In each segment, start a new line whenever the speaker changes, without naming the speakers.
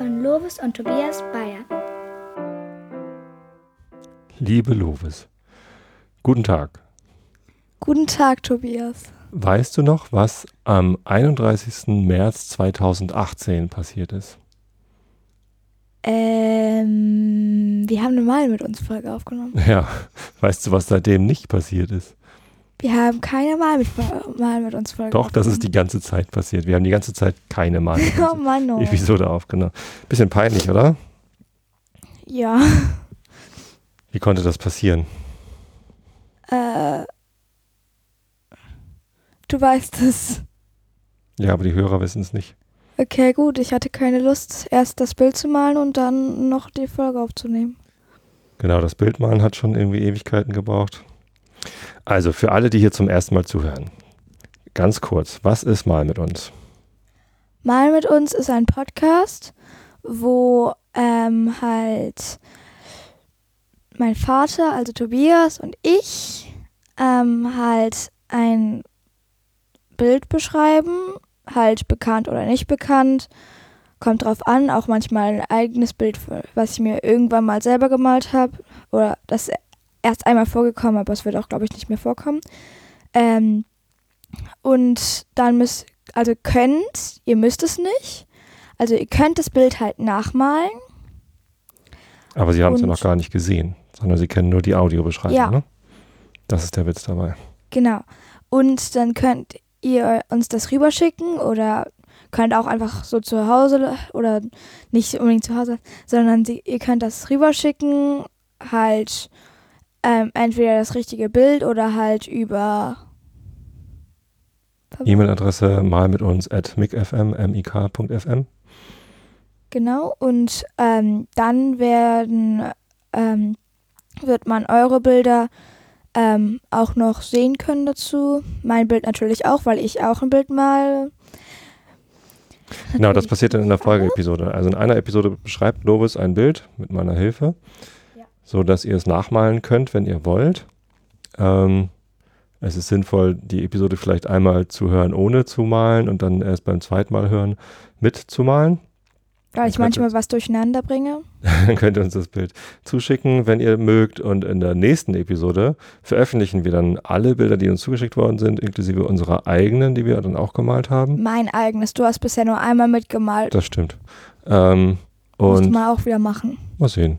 Lovis und Tobias Bayer.
Liebe Lovis, guten Tag.
Guten Tag, Tobias.
Weißt du noch, was am 31. März 2018 passiert ist?
Ähm, wir haben eine Mal mit uns Folge aufgenommen.
Ja, weißt du, was seitdem nicht passiert ist?
Wir haben keine Mal mit, Mal mit uns Folge
Doch, das ist
aufgenommen.
die ganze Zeit passiert. Wir haben die ganze Zeit keine Mal mit
Oh
uns
Mann, oh.
Episode aufgenommen. Bisschen peinlich, oder?
Ja.
Wie konnte das passieren?
Äh, du weißt es.
Ja, aber die Hörer wissen es nicht.
Okay, gut. Ich hatte keine Lust, erst das Bild zu malen und dann noch die Folge aufzunehmen.
Genau, das Bildmalen hat schon irgendwie Ewigkeiten gebraucht. Also für alle, die hier zum ersten Mal zuhören, ganz kurz, was ist mal mit uns?
Mal mit uns ist ein Podcast, wo ähm, halt mein Vater, also Tobias und ich ähm, halt ein Bild beschreiben, halt bekannt oder nicht bekannt. Kommt drauf an, auch manchmal ein eigenes Bild, was ich mir irgendwann mal selber gemalt habe. Oder das erst einmal vorgekommen, aber es wird auch, glaube ich, nicht mehr vorkommen. Ähm, und dann müsst, also könnt, ihr müsst es nicht. Also ihr könnt das Bild halt nachmalen.
Aber sie haben es ja
Und-
noch gar nicht gesehen, sondern sie kennen nur die Audiobeschreibung.
Ja.
Ne? Das ist der Witz dabei.
Genau. Und dann könnt ihr uns das rüberschicken oder könnt auch einfach so zu Hause oder nicht unbedingt zu Hause, sondern sie, ihr könnt das rüberschicken, halt ähm, entweder das richtige Bild oder halt über
E-Mail-Adresse mal mit uns at micfm, mik.fm.
Genau, und ähm, dann werden, ähm, wird man eure Bilder ähm, auch noch sehen können dazu. Mein Bild natürlich auch, weil ich auch ein Bild mal.
Genau, das passiert dann in der Folgeepisode. Also in einer Episode beschreibt Lovis ein Bild mit meiner Hilfe,
Ja.
so dass ihr es nachmalen könnt, wenn ihr wollt. Ähm, es ist sinnvoll, die Episode vielleicht einmal zu hören, ohne zu malen und dann erst beim zweiten Mal hören, mit zu malen.
Weil ich
Ihr könnt
manchmal was durcheinander bringe.
Dann könnt ihr uns das Bild zuschicken, wenn ihr mögt. Und in der nächsten Episode veröffentlichen wir dann alle Bilder, die uns zugeschickt worden sind, inklusive unserer eigenen, die wir dann auch gemalt haben.
Mein eigenes. Du hast bisher nur einmal mitgemalt.
Das stimmt. Ähm,
Musst du
und
mal auch wieder machen.
Mal sehen.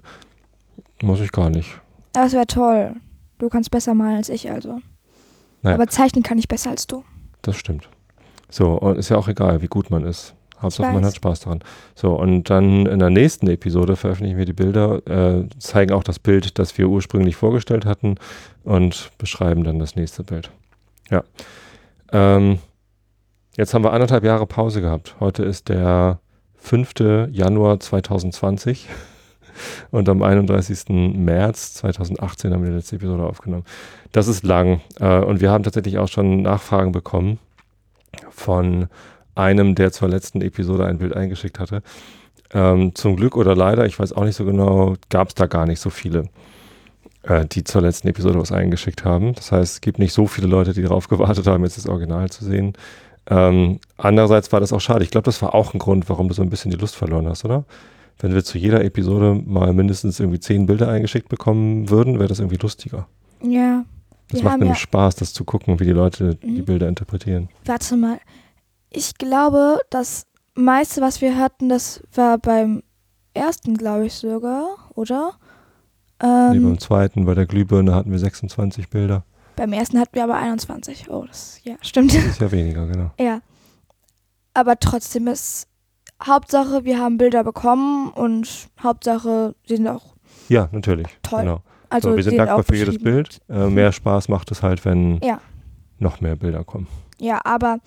Muss ich gar nicht.
Das wäre toll. Du kannst besser malen als ich, also.
Naja.
Aber zeichnen kann ich besser als du.
Das stimmt. So, und ist ja auch egal, wie gut man ist. Hauptsache,
Ich
man
weiß.
hat Spaß daran. So, und dann in der nächsten Episode veröffentlichen wir die Bilder, äh, zeigen auch das Bild, das wir ursprünglich vorgestellt hatten und beschreiben dann das nächste Bild. Ja. Ähm, jetzt haben wir anderthalb Jahre Pause gehabt. Heute ist der 5. Januar 2020 und am 31. März 2018 haben wir die letzte Episode aufgenommen. Das ist lang. Äh, und wir haben tatsächlich auch schon Nachfragen bekommen von einem, der zur letzten Episode ein Bild eingeschickt hatte. Ähm, zum Glück oder leider, ich weiß auch nicht so genau, gab es da gar nicht so viele, äh, die zur letzten Episode was eingeschickt haben. Das heißt, es gibt nicht so viele Leute, die darauf gewartet haben, jetzt das Original zu sehen. Ähm, andererseits war das auch schade. Ich glaube, das war auch ein Grund, warum du so ein bisschen die Lust verloren hast, oder? Wenn wir zu jeder Episode mal mindestens irgendwie zehn Bilder eingeschickt bekommen würden, wäre das irgendwie lustiger.
Ja.
Das
Wir
macht
haben
nämlich
ja-
Spaß, das zu gucken, wie die Leute die
Mhm.
Bilder interpretieren.
Warte mal. Ich glaube, das meiste, was wir hatten, das war beim ersten, glaube ich sogar, oder?
nee,
Ähm,
beim zweiten, bei der Glühbirne hatten wir 26 Bilder.
beim ersten hatten wir aber 21. Oh, das ja, stimmt.
Das ist ja weniger, genau.
ja. Aber trotzdem ist Hauptsache, wir haben Bilder bekommen und Hauptsache, sie sind auch
Ja, natürlich.
Toll.
Genau.
also
so, wir sind
sie
dankbar
auch
für jedes
beschrieben.
Bild. Äh, mehr Spaß macht es halt, wenn
Ja.
noch mehr Bilder kommen.
Ja, aber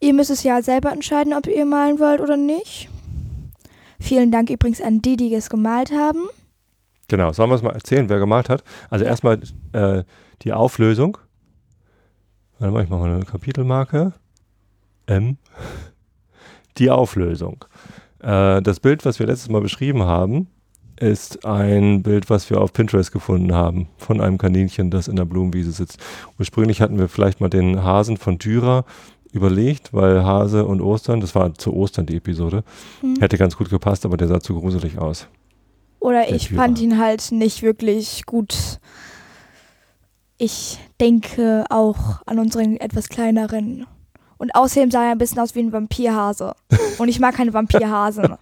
ihr müsst es ja selber entscheiden, ob ihr malen wollt oder nicht. Vielen Dank übrigens an die, die es gemalt haben.
Genau, sollen wir es mal erzählen, wer gemalt hat? Also
Ja.
erstmal äh, die Auflösung. Warte mal, ich mache mal eine Kapitelmarke. M. Die Auflösung. Äh, das Bild, was wir letztes Mal beschrieben haben, ist ein Bild, was wir auf Pinterest gefunden haben, von einem Kaninchen, das in der Blumenwiese sitzt. Ursprünglich hatten wir vielleicht mal den Hasen von Dürer überlegt, weil Hase und Ostern, das war zu Ostern die Episode,
Hm.
hätte ganz gut gepasst, aber der sah zu gruselig aus.
Oder
Der
ich
Typ
fand
war-
ihn halt nicht wirklich gut. Ich denke auch an unseren etwas kleineren. Und außerdem sah er ein bisschen aus wie ein Vampirhase. Und ich mag keine Vampirhasen.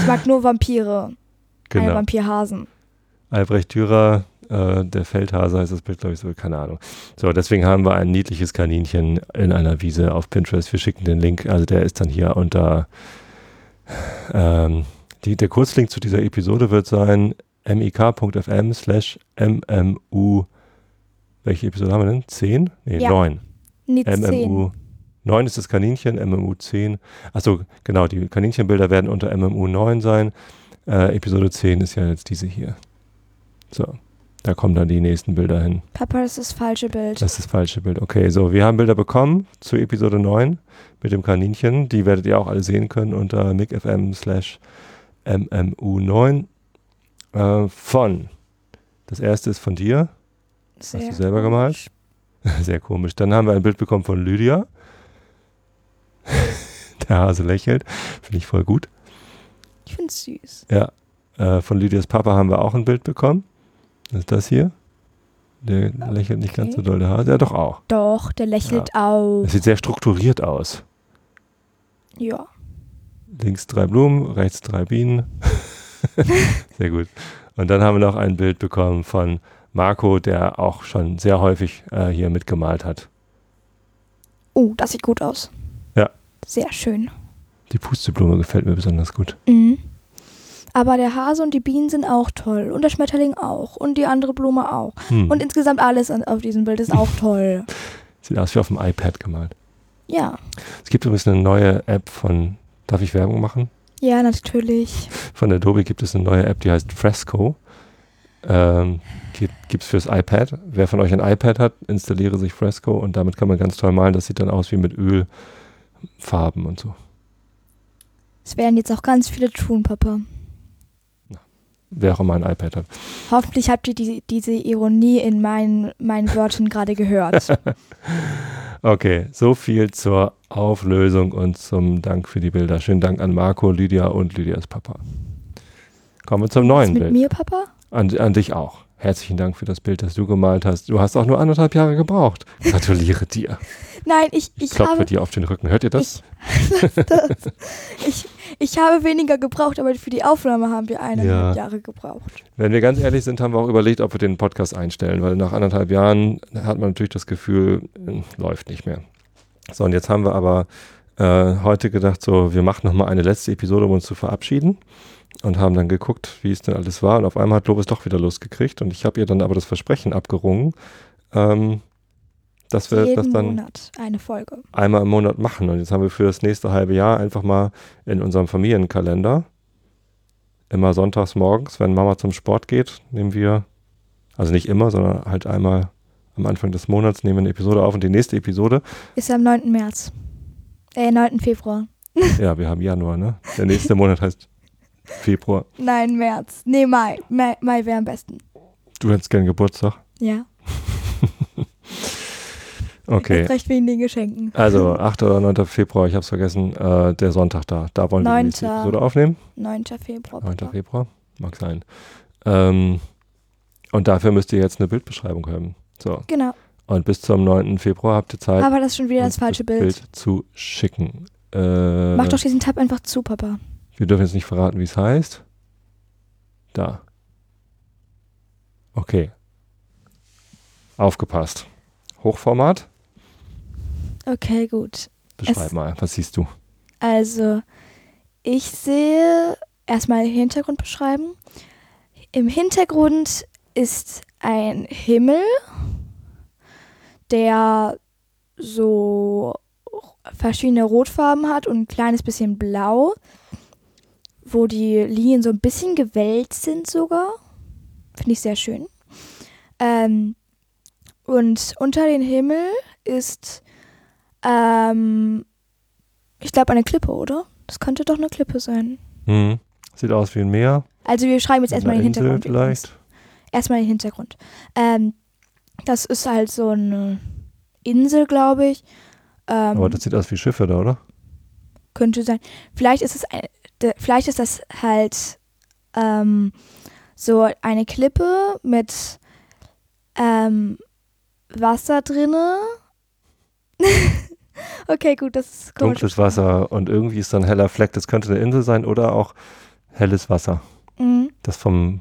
Ich mag nur Vampire, keine
Genau.
Vampirhasen.
Albrecht Dürer, äh, der Feldhase heißt das Bild, glaube ich, so, keine Ahnung. So, deswegen haben wir ein niedliches Kaninchen in einer Wiese auf Pinterest. Wir schicken den Link, also der ist dann hier unter. Ähm, die, der Kurzlink zu dieser Episode wird sein mik.fm slash mmu. Welche Episode haben wir denn? 10? Nee,
Ja.
9.
Nicht zehn.
MMU 9 ist das Kaninchen, MMU 10. Achso, genau, die Kaninchenbilder werden unter MMU 9 sein. Äh, Episode 10 ist ja jetzt diese hier. So, da kommen dann die nächsten Bilder hin.
Papa, das ist das falsche Bild.
Das ist das falsche Bild. Okay, so, wir haben Bilder bekommen zu Episode 9 mit dem Kaninchen. Die werdet ihr auch alle sehen können unter micfm slash MMU9 äh, von. Das erste ist von dir.
Sehr
Hast du selber gemalt? Sehr komisch. Dann haben wir ein Bild bekommen von Lydia. Der Hase lächelt. Finde ich voll gut.
Ich find's süß.
Äh, von Lydias Papa haben wir auch ein Bild bekommen. Das ist das hier. Der lächelt nicht ganz so
Okay. Mhm.
doll, der Hase. Ja, doch auch.
Doch, der lächelt auch.
Das sieht sehr strukturiert aus.
Ja.
Links drei Blumen, rechts drei Bienen. sehr gut. Und dann haben wir noch ein Bild bekommen von Marco, der auch schon sehr häufig äh, hier mitgemalt hat.
Oh, das sieht gut aus.
Ja.
Sehr schön.
Die Pusteblume gefällt mir besonders gut.
Mhm. Aber der Hase und die Bienen sind auch toll. Und der Schmetterling auch. Und die andere Blume auch.
Hm.
Und insgesamt alles an- auf diesem Bild ist auch toll.
Sieht aus wie auf dem iPad gemalt.
Ja.
Es gibt übrigens eine neue App von, darf ich Werbung machen?
Ja, natürlich.
Von Adobe gibt es eine neue App, die heißt Fresco. Ähm, gibt es fürs iPad. Wer von euch ein iPad hat, installiere sich Fresco und damit kann man ganz toll malen. Das sieht dann aus wie mit Ölfarben und so.
Es werden jetzt auch ganz viele tun, Papa.
Wer auch immer ein iPad hat.
Hoffentlich habt ihr die, diese Ironie in meinen, meinen Wörtern gerade gehört.
Okay, so viel zur Auflösung und zum Dank für die Bilder. Schönen Dank an Marco, Lydia und Lydias Papa. Kommen wir zum
Was
neuen
mit
Bild.
mir, Papa?
An, an dich auch. Herzlichen Dank für das Bild, das du gemalt hast. Du hast auch nur anderthalb Jahre gebraucht. Gratuliere dir.
Nein, ich,
Ich
ich
klopfe
habe.
dir auf den Rücken. Hört ihr das?
Ich, das, ich, ich habe weniger gebraucht, aber für die Aufnahme haben wir eineinhalb Jahre gebraucht.
Wenn wir ganz ehrlich sind, haben wir auch überlegt, ob wir den Podcast einstellen, weil nach anderthalb Jahren hat man natürlich das Gefühl, äh, läuft nicht mehr. So, und jetzt haben wir aber äh, heute gedacht, so, wir machen nochmal eine letzte Episode, um uns zu verabschieden. Und haben dann geguckt, wie es denn alles war. Und auf einmal hat Lobes doch wieder Lust gekriegt. Und ich habe ihr dann aber das Versprechen abgerungen, ähm, dass wir das
Jeden
dann.
Monat eine Folge.
einmal im Monat machen. Und jetzt haben wir für das nächste halbe Jahr einfach mal in unserem Familienkalender immer sonntags morgens, wenn Mama zum Sport geht, nehmen wir, also nicht immer, sondern halt einmal am Anfang des Monats nehmen wir eine Episode auf und die nächste Episode,
Ist am 9. März. Äh, 9. Februar.
ja, wir haben Januar, ne? Der nächste Monat heißt Februar.
Nein, März. Nee, Mai. Mai, Mai wäre am besten.
Du hättest gern Geburtstag.
Ja.
Okay.
Erst recht wegen den Geschenken.
Also 8. oder 9. Februar, ich habe es vergessen, äh, der Sonntag da. Da wollen wir die nächste
Neunter.
Episode aufnehmen.
9. Februar.
9.
Papa.
Februar, mag sein. Ähm, und dafür müsst ihr jetzt eine Bildbeschreibung haben. So,
Genau.
und bis zum 9. Februar habt ihr Zeit,
Aber das ist schon wieder Äh, das
uns
falsche Bild.
zu schicken. Äh,
Mach doch diesen Tab einfach zu, Papa.
wir dürfen jetzt nicht verraten, wie es heißt. Da. Okay. Aufgepasst. Hochformat.
Okay, gut.
Beschreib mal, was siehst du?
Also, ich sehe erstmal den Hintergrund beschreiben. Im Hintergrund ist ein Himmel, der so verschiedene Rotfarben hat und ein kleines bisschen blau, wo die Linien so ein bisschen gewellt sind sogar. Finde ich sehr schön. Ähm, und unter den Himmel ist ähm, ich glaube, eine Klippe, oder? Das könnte doch eine Klippe sein.
Hm. Sieht aus wie ein Meer.
Also wir schreiben jetzt
mit
erstmal
einer
den
Insel
Hintergrund. übrigens.
Vielleicht.
Erstmal den Hintergrund. Ähm, das ist halt so eine Insel, glaube ich. Ähm,
Aber das sieht aus wie Schiffe da, oder?
könnte sein. Vielleicht ist es ein, de, vielleicht ist das halt ähm, so eine Klippe mit ähm, Wasser drinne. okay, gut, das ist komisch.
Dunkles Wasser und irgendwie ist da ein heller Fleck. Das könnte eine Insel sein oder auch helles Wasser.
Mhm.
Das vom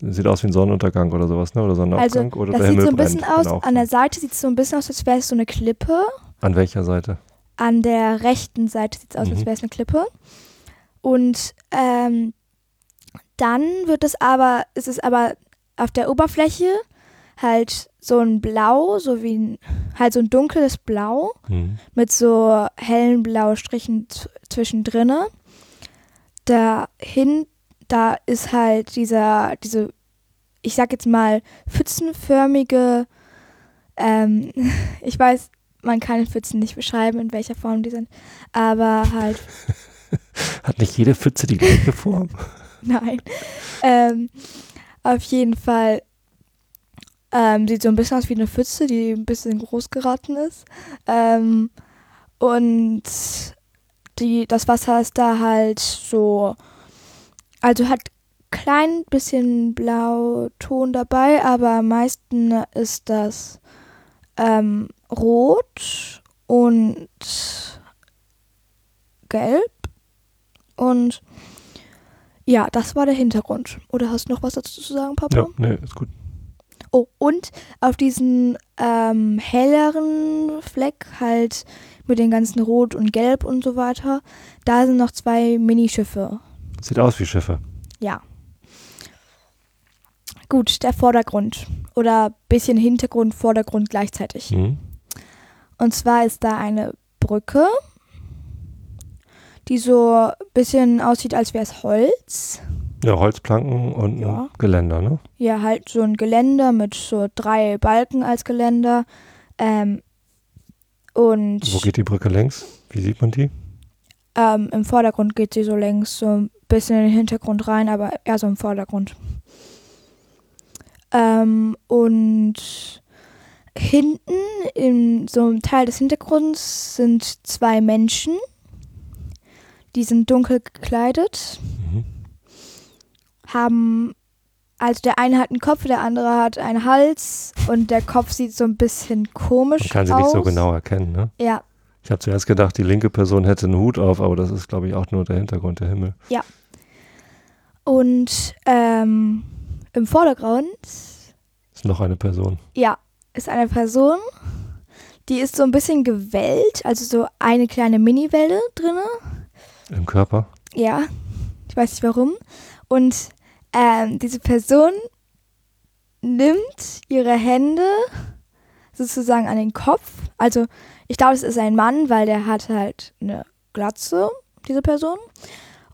sieht aus wie ein Sonnenuntergang oder sowas, ne? Oder Sonnenaufgang oder
Also, Das
der
sieht
Himmel
so ein bisschen
brennt.
aus,
Genau.
an der Seite sieht es so ein bisschen aus, als wäre es so eine Klippe.
An welcher Seite?
An der rechten Seite sieht es aus, als
Mhm.
wäre es eine Klippe. Und ähm, dann wird es aber, ist es aber auf der Oberfläche halt so ein Blau, so wie ein, halt so ein dunkles Blau
Mhm.
mit so hellen blauen Strichen z- zwischendrinne. Dahin, da ist halt dieser, diese, ich sag jetzt mal, pfützenförmige, ähm, ich weiß, man kann Pfützen nicht beschreiben, in welcher Form die sind, aber halt,
Hat nicht jede Pfütze die gleiche Form?
nein. Ähm, auf jeden Fall ähm, sieht so ein bisschen aus wie eine Pfütze, die ein bisschen groß geraten ist. Ähm, und die, das Wasser ist da halt so, also hat klein bisschen Blauton dabei, aber am meisten ist das ähm, rot und gelb. Und ja, das war der Hintergrund. Oder hast du noch was dazu zu sagen, Papa?
Ja, nee, ist gut.
Oh, und auf diesen ähm, helleren Fleck, halt mit den ganzen Rot und Gelb und so weiter, da sind noch zwei Minischiffe.
Sieht aus wie Schiffe.
Gut, der Vordergrund. Oder bisschen Hintergrund, Vordergrund gleichzeitig.
Mhm.
Und zwar ist da eine Brücke, die so ein bisschen aussieht, als wäre es Holz.
Ja, Holzplanken und
Ja.
ein Geländer, ne?
Ja, halt so ein Geländer mit so drei Balken als Geländer. Ähm, und
Wo geht die Brücke längs? Wie sieht man die?
ähm, im Vordergrund geht sie so längs, so ein bisschen in den Hintergrund rein, aber eher so im Vordergrund. Ähm, und hinten, in so einem Teil des Hintergrunds, sind zwei Menschen. Die sind dunkel gekleidet.
Mhm.
haben, also der eine hat einen Kopf, der andere hat einen Hals und der Kopf sieht so ein bisschen komisch
Man
aus.
kann sie nicht so genau erkennen, ne?
Ja,
Ich habe zuerst gedacht, die linke Person hätte einen Hut auf, aber das ist, glaube ich, auch nur der Hintergrund, der Himmel.
und ähm, im Vordergrund,
Ist noch eine Person.
ja, ist eine Person, die ist so ein bisschen gewellt, also so eine kleine Mini-Welle drinne.
Im Körper?
Ja, ich weiß nicht warum. Und ähm, diese Person nimmt ihre Hände sozusagen an den Kopf. Also ich glaube, es ist ein Mann, weil der hat halt eine Glatze, diese Person.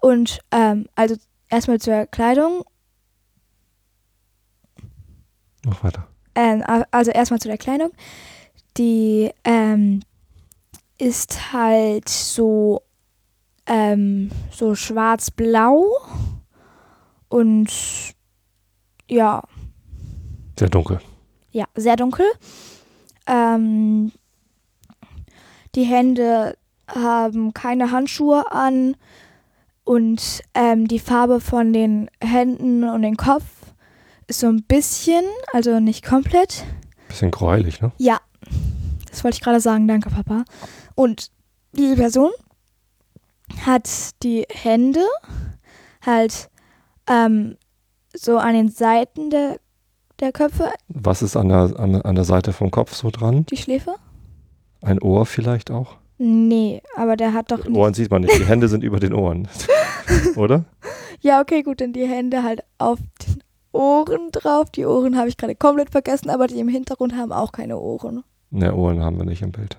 Und ähm, also erstmal zur Kleidung.
Mach weiter.
Ähm, a- also erstmal zu der Kleidung. Die ähm, ist halt so, ähm, so schwarz-blau und ja,
Sehr dunkel.
ja, sehr dunkel. Ähm, die Hände haben keine Handschuhe an und ähm, die Farbe von den Händen und dem Kopf ist so ein bisschen, also nicht komplett,
Bisschen gräulich, ne?
ja, das wollte ich gerade sagen. Danke, Papa. Und die Person hat die Hände halt ähm, so an den Seiten der, der Köpfe,
Was ist an der, an, an der Seite vom Kopf so dran?
die Schläfe.
Ein Ohr vielleicht auch?
Nee, aber der hat doch.
Ohren sieht man nicht. Die Hände sind über den Ohren. Oder?
Ja, okay, gut, dann die Hände halt auf den Ohren drauf. Die Ohren habe ich gerade komplett vergessen, aber die im Hintergrund haben auch keine Ohren.
Ne, Ohren haben wir nicht im Bild.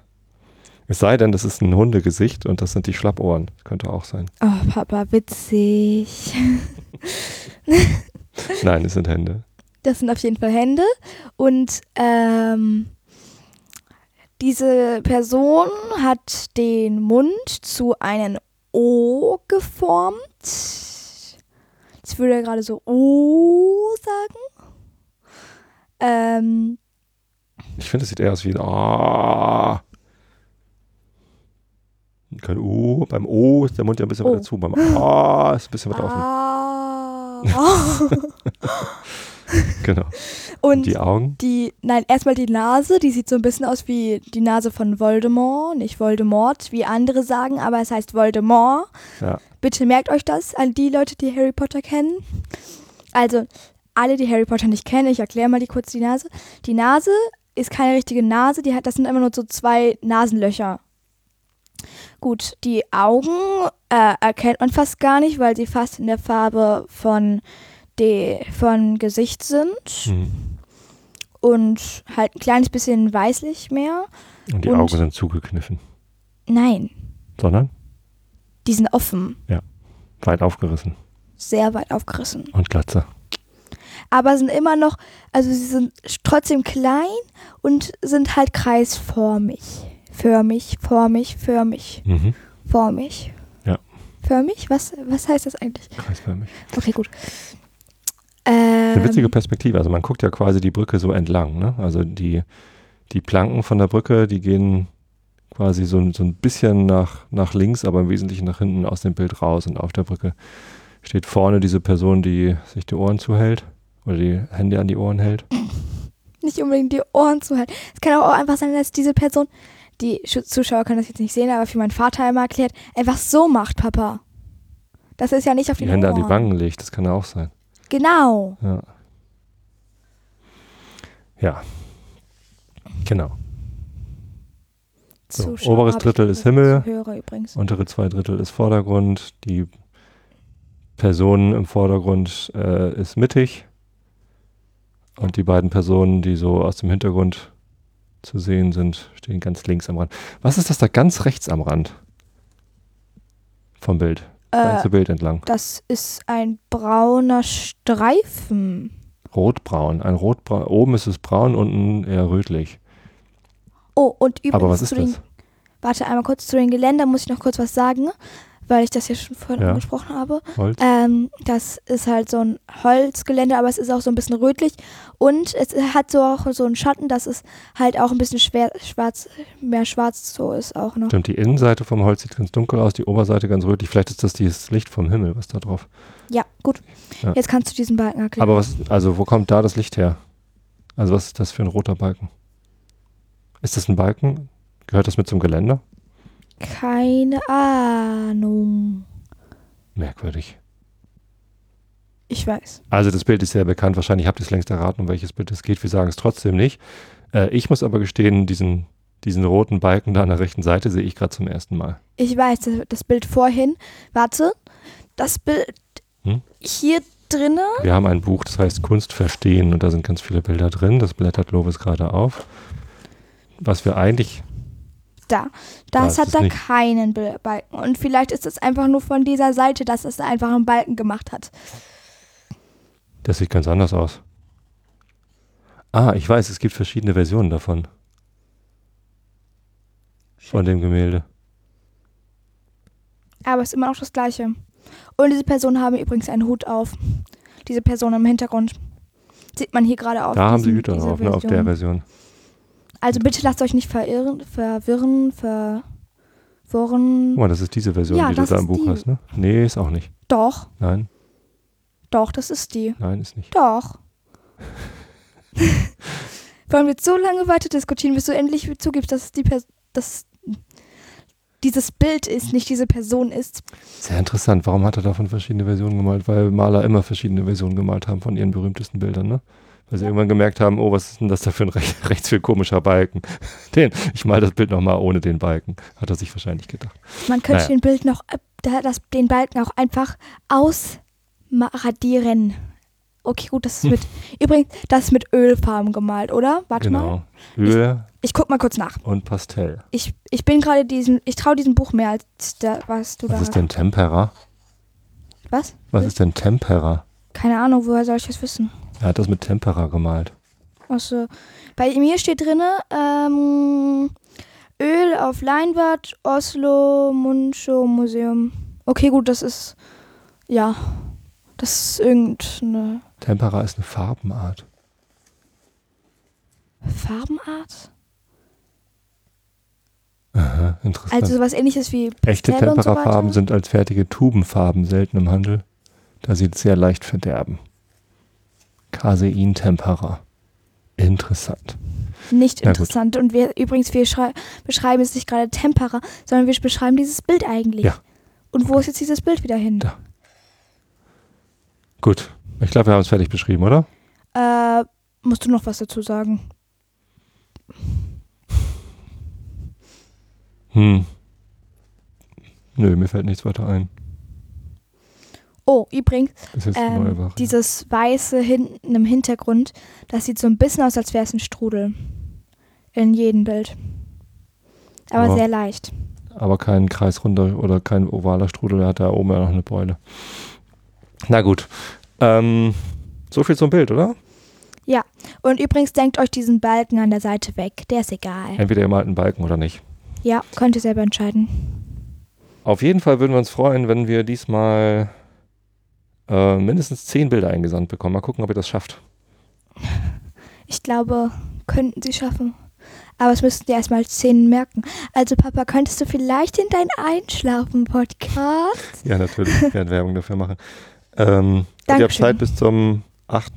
Es sei denn, das ist ein Hundegesicht und das sind die Schlappohren. Könnte auch sein.
Oh, Papa, witzig.
Nein, es sind Hände.
Das sind auf jeden Fall Hände. Und ähm, diese Person hat den Mund zu einem O geformt. Ich würde gerade so O sagen. Ähm,
Ich finde, es sieht eher aus wie ein Ah. kein O. Beim O ist der Mund ja ein bisschen
Oh.
weiter zu. Beim A ist ein bisschen weiter offen.
Ah.
Genau.
Und
Die Augen.
die, nein, erstmal die Nase, die sieht so ein bisschen aus wie die Nase von Voldemort, nicht Voldemort, wie andere sagen, aber es heißt Voldemort.
Ja.
Bitte merkt euch das, an die Leute, die Harry Potter kennen. Also, alle, die Harry Potter nicht kennen, ich erkläre mal die kurz die Nase. Die Nase ist keine richtige Nase, die hat, das sind immer nur so zwei Nasenlöcher. Gut, die Augen äh, erkennt man fast gar nicht, weil sie fast in der Farbe von, de, von Gesicht sind
Mhm.
und halt ein kleines bisschen weißlich mehr.
Und die
Und-
Augen sind zugekniffen.
Nein,
Sondern
die sind offen,
weit aufgerissen.
sehr weit aufgerissen.
Und Glatze.
aber sind immer noch, also sie sind sch- trotzdem klein und sind halt kreisförmig. Förmig, förmig, förmig,
Mhm.
förmig.
Ja.
Förmig? Was, was heißt das eigentlich?
Kreisförmig.
Okay, gut.
Eine
Ähm,
witzige Perspektive. Also man guckt ja quasi die Brücke so entlang. Ne? Also die, die Planken von der Brücke, die gehen quasi so, ein- so ein bisschen nach, nach links, aber im Wesentlichen nach hinten aus dem Bild raus. Und auf der Brücke steht vorne diese Person, die sich die Ohren zuhält oder die Hände an die Ohren hält.
nicht unbedingt die Ohren zu halten. Es kann aber auch einfach sein, dass diese Person, die Schu- Zuschauer können das jetzt nicht sehen, aber für meinen Vater immer erklärt, einfach so macht Papa. Das ist ja nicht auf
Die
den
Hände an
Ohren.
die Wangen legt, das kann ja auch sein.
Genau.
Ja. ja. Genau. So,
Zuschauer
oberes
hab ich
Drittel ist
gesagt,
Himmel.
Zuhörer übrigens.
Untere zwei Drittel ist Vordergrund, die Person im Vordergrund äh, ist mittig und die beiden Personen, die so aus dem Hintergrund zu sehen sind, stehen ganz links am Rand. Was ist das da ganz rechts am Rand vom Bild?
Äh,
Ganze Bild entlang.
Das ist ein brauner Streifen.
Rotbraun. Ein Rotbraun. Oben ist es braun, unten eher rötlich.
Oh, und übrigens
Aber was ist
zu den,
das?
Warte, einmal kurz zu den Geländern muss ich noch kurz was sagen, weil ich das ja schon vorhin
Ja.
angesprochen habe.
Holz?
Ähm, das ist halt so ein Holzgeländer, aber es ist auch so ein bisschen rötlich und es hat so auch so einen Schatten, dass es halt auch ein bisschen schwer, schwarz, mehr schwarz so ist auch noch.
Stimmt, die Innenseite vom Holz sieht ganz dunkel aus, die Oberseite ganz rötlich. Vielleicht ist das dieses Licht vom Himmel, was da drauf
Ja, gut.
Ja.
Jetzt kannst du diesen Balken erklären.
Aber was, also wo kommt da das Licht her? Also was ist das für ein roter Balken? Ist das ein Balken? Gehört das mit zum Geländer?
Keine Ahnung.
Merkwürdig.
Ich weiß.
Also das Bild ist sehr bekannt. Wahrscheinlich habt ihr es längst erraten, um welches Bild es geht. Wir sagen es trotzdem nicht. Äh, ich muss aber gestehen, diesen, diesen roten Balken da an der rechten Seite sehe ich gerade zum ersten Mal.
Ich weiß, das, das Bild vorhin. Warte, das Bild
Hm?
hier drinne.
Wir haben ein Buch, das heißt Kunst verstehen und da sind ganz viele Bilder drin. Das blättert Lovis gerade auf. Was wir eigentlich,
Da.
Da
Das
ist
hat
es
da
nicht.
keinen Bil- Balken. Und vielleicht ist es einfach nur von dieser Seite, dass es da einfach einen Balken gemacht hat.
das sieht ganz anders aus. Ah, ich weiß, es gibt verschiedene Versionen davon. von dem Gemälde.
Aber es ist immer noch das Gleiche. Und diese Personen haben übrigens einen Hut auf. Diese Person im Hintergrund. Sieht man hier gerade auf.
da haben sie
diesen-
Hüter
dieser
drauf, ne, auf der
Version.
Version.
Also bitte lasst euch nicht verirren, verwirren, ver- verworren.
Guck mal, das ist diese Version,
Ja,
die du
das
da im
ist
Buch
die.
hast, ne? Nee, ist auch nicht.
Doch,
Nein,
doch, das ist die.
nein, ist nicht.
Doch. Wollen wir jetzt so lange weiter diskutieren, bis du endlich zugibst, dass es die Person, dass dieses Bild ist, nicht diese Person ist.
Sehr interessant. Warum hat er davon verschiedene Versionen gemalt? Weil Maler immer verschiedene Versionen gemalt haben von ihren berühmtesten Bildern, ne? Weil sie irgendwann gemerkt haben, oh, was ist denn das da für ein recht, rechts für komischer Balken? Den, ich mal das Bild nochmal ohne den Balken. Hat er sich wahrscheinlich gedacht.
Man könnte
Naja.
den Bild noch, äh, da- das, den Balken auch einfach ausradieren. Okay, gut, das ist mit, übrigens, das ist mit Ölfarben gemalt, oder? Warte mal.
genau. Höhe
Ich guck mal kurz nach.
und Pastell.
Ich, ich bin gerade diesem, ich traue diesem Buch mehr als da, was du
Was
da
ist denn Tempera?
Was?
Was ist denn Tempera?
Keine Ahnung, woher soll ich das wissen?
Er hat das mit Tempera gemalt.
Also, bei mir steht drinne ähm, Öl auf Leinwand, Oslo Muncho Museum. Okay, gut, das ist ja, das ist irgendeine
Tempera ist eine Farbenart.
Farbenart.
Aha, interessant.
Also sowas ähnliches wie
Echte
Pastell und so
Temperafarben
weiter.
sind als fertige Tubenfarben selten im Handel, da sie sehr leicht verderben. Casein-Tempera. Interessant.
nicht
Na gut.
interessant. Und wir übrigens, wir schrei- beschreiben jetzt nicht gerade Tempera, sondern wir beschreiben dieses Bild eigentlich.
Ja.
Und wo ist jetzt dieses Bild wieder hin?
Da. Gut. Ich glaube, wir haben es fertig beschrieben, oder?
Äh, musst du noch was dazu sagen?
Hm. Nö, mir fällt nichts weiter ein.
Oh, übrigens,
Das ist jetzt eine neue
ähm,
Ware.
dieses Weiße hinten im Hintergrund, das sieht so ein bisschen aus, als wäre es ein Strudel. In jedem Bild. Aber
Ja.
sehr leicht.
Aber kein kreisrunder oder kein ovaler Strudel, der hat da oben ja noch eine Beule. Na gut. Ähm, so viel zum Bild, oder?
Und übrigens, denkt euch diesen Balken an der Seite weg. Der ist egal.
Entweder ihr malt einen Balken oder nicht.
Ja, könnt ihr selber entscheiden.
Auf jeden Fall würden wir uns freuen, wenn wir diesmal äh, mindestens zehn Bilder eingesandt bekommen. Mal gucken, ob ihr das schafft.
Ich glaube, könnten sie schaffen. Aber es müssten die erstmal zehn merken. Also, Papa, könntest du vielleicht in deinen Einschlafen-Podcast?
Ja, natürlich. Wir werden Werbung dafür machen. Ähm, und ihr habt
Dankeschön.
Zeit bis zum 8.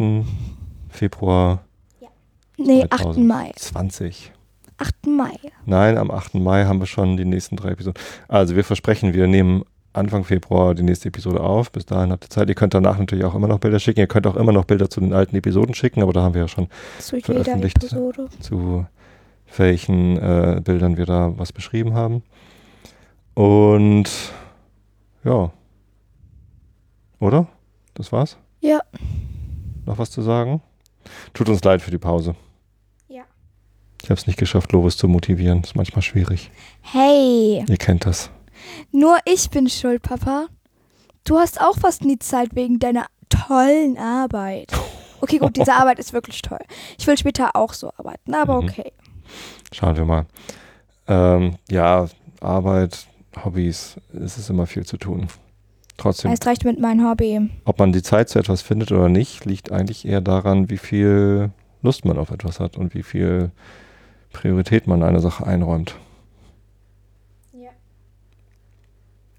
Februar
Nee, 8.
2000.
Mai.
20.
8. Mai.
Nein, am 8. Mai haben wir schon die nächsten drei Episoden. Also wir versprechen, wir nehmen Anfang Februar die nächste Episode auf. Bis dahin habt ihr Zeit. Ihr könnt danach natürlich auch immer noch Bilder schicken. Ihr könnt auch immer noch Bilder zu den alten Episoden schicken, aber da haben wir ja schon
Zu jeder
Veröffentlicht.
Episode.
zu welchen äh, Bildern wir da was beschrieben haben. Und ja. Oder? Das war's?
Ja.
Noch was zu sagen? Tut uns leid für die Pause.
Ja.
Ich habe es nicht geschafft, Lovis zu motivieren. Ist manchmal schwierig.
Hey,
Ihr kennt das.
nur ich bin schuld, Papa. Du hast auch fast nie Zeit wegen deiner tollen Arbeit. Okay, gut, diese Arbeit ist wirklich toll. Ich will später auch so arbeiten, aber
Mhm.
okay.
Schauen wir mal. Ähm, ja, Arbeit, Hobbys, es ist immer viel zu tun. Trotzdem,
Erst reicht mit meinem Hobby.
ob man die Zeit zu etwas findet oder nicht, liegt eigentlich eher daran, wie viel Lust man auf etwas hat und wie viel Priorität man einer Sache einräumt.
Ja.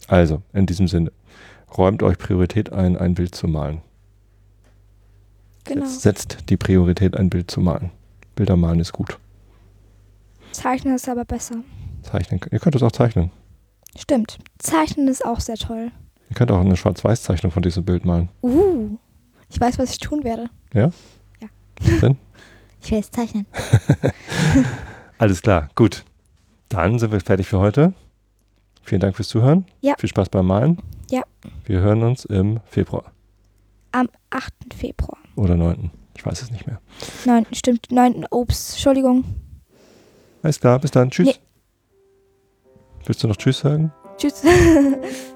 Also, in diesem Sinne, räumt euch Priorität ein, ein Bild zu malen.
Genau.
Setzt, setzt die Priorität, ein Bild zu malen. Bilder malen ist gut.
Zeichnen ist aber besser.
Zeichnen, ihr könnt es auch zeichnen.
Stimmt. Zeichnen ist auch sehr toll.
Ihr könnt auch eine Schwarz-Weiß-Zeichnung von diesem Bild malen.
Uh, ich weiß, was ich tun werde.
Ja?
Ja.
Was denn?
Ich werde es zeichnen.
Alles klar, gut. Dann sind wir fertig für heute. Vielen Dank fürs Zuhören.
Ja.
Viel Spaß beim Malen.
Ja.
Wir hören uns im Februar
Am 8. Februar.
oder 9. Ich weiß es nicht mehr.
9. Stimmt, 9. Obst. Entschuldigung.
Alles klar, bis dann. Tschüss.
Nee.
Willst du noch Tschüss sagen?
Tschüss.